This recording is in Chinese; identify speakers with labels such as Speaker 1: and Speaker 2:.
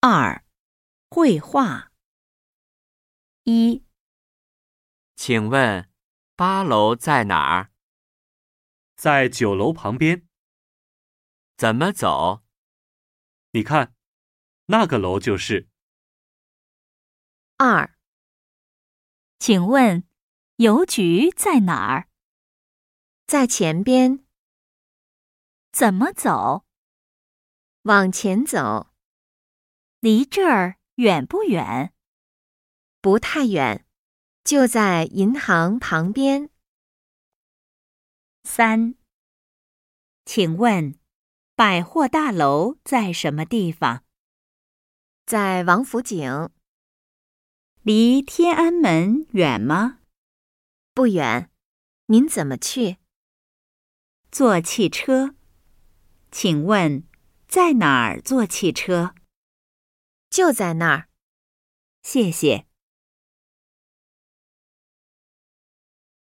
Speaker 1: 二、绘画。一、
Speaker 2: 请问八楼在哪儿？
Speaker 3: 在酒楼旁边，
Speaker 2: 怎么走？
Speaker 3: 你看，那个楼就是
Speaker 1: 二，
Speaker 4: 请问邮局在哪儿？
Speaker 1: 在前边，
Speaker 4: 怎么走？
Speaker 1: 往前走，
Speaker 4: 离这儿远不远？
Speaker 1: 不太远，就在银行旁边。
Speaker 4: 三，请问百货大楼在什么地方？
Speaker 1: 在王府井
Speaker 4: 离天安门远吗？
Speaker 1: 不远，您怎么去？
Speaker 4: 坐汽车。请问在哪儿坐汽车？
Speaker 1: 就在那儿。
Speaker 4: 谢谢。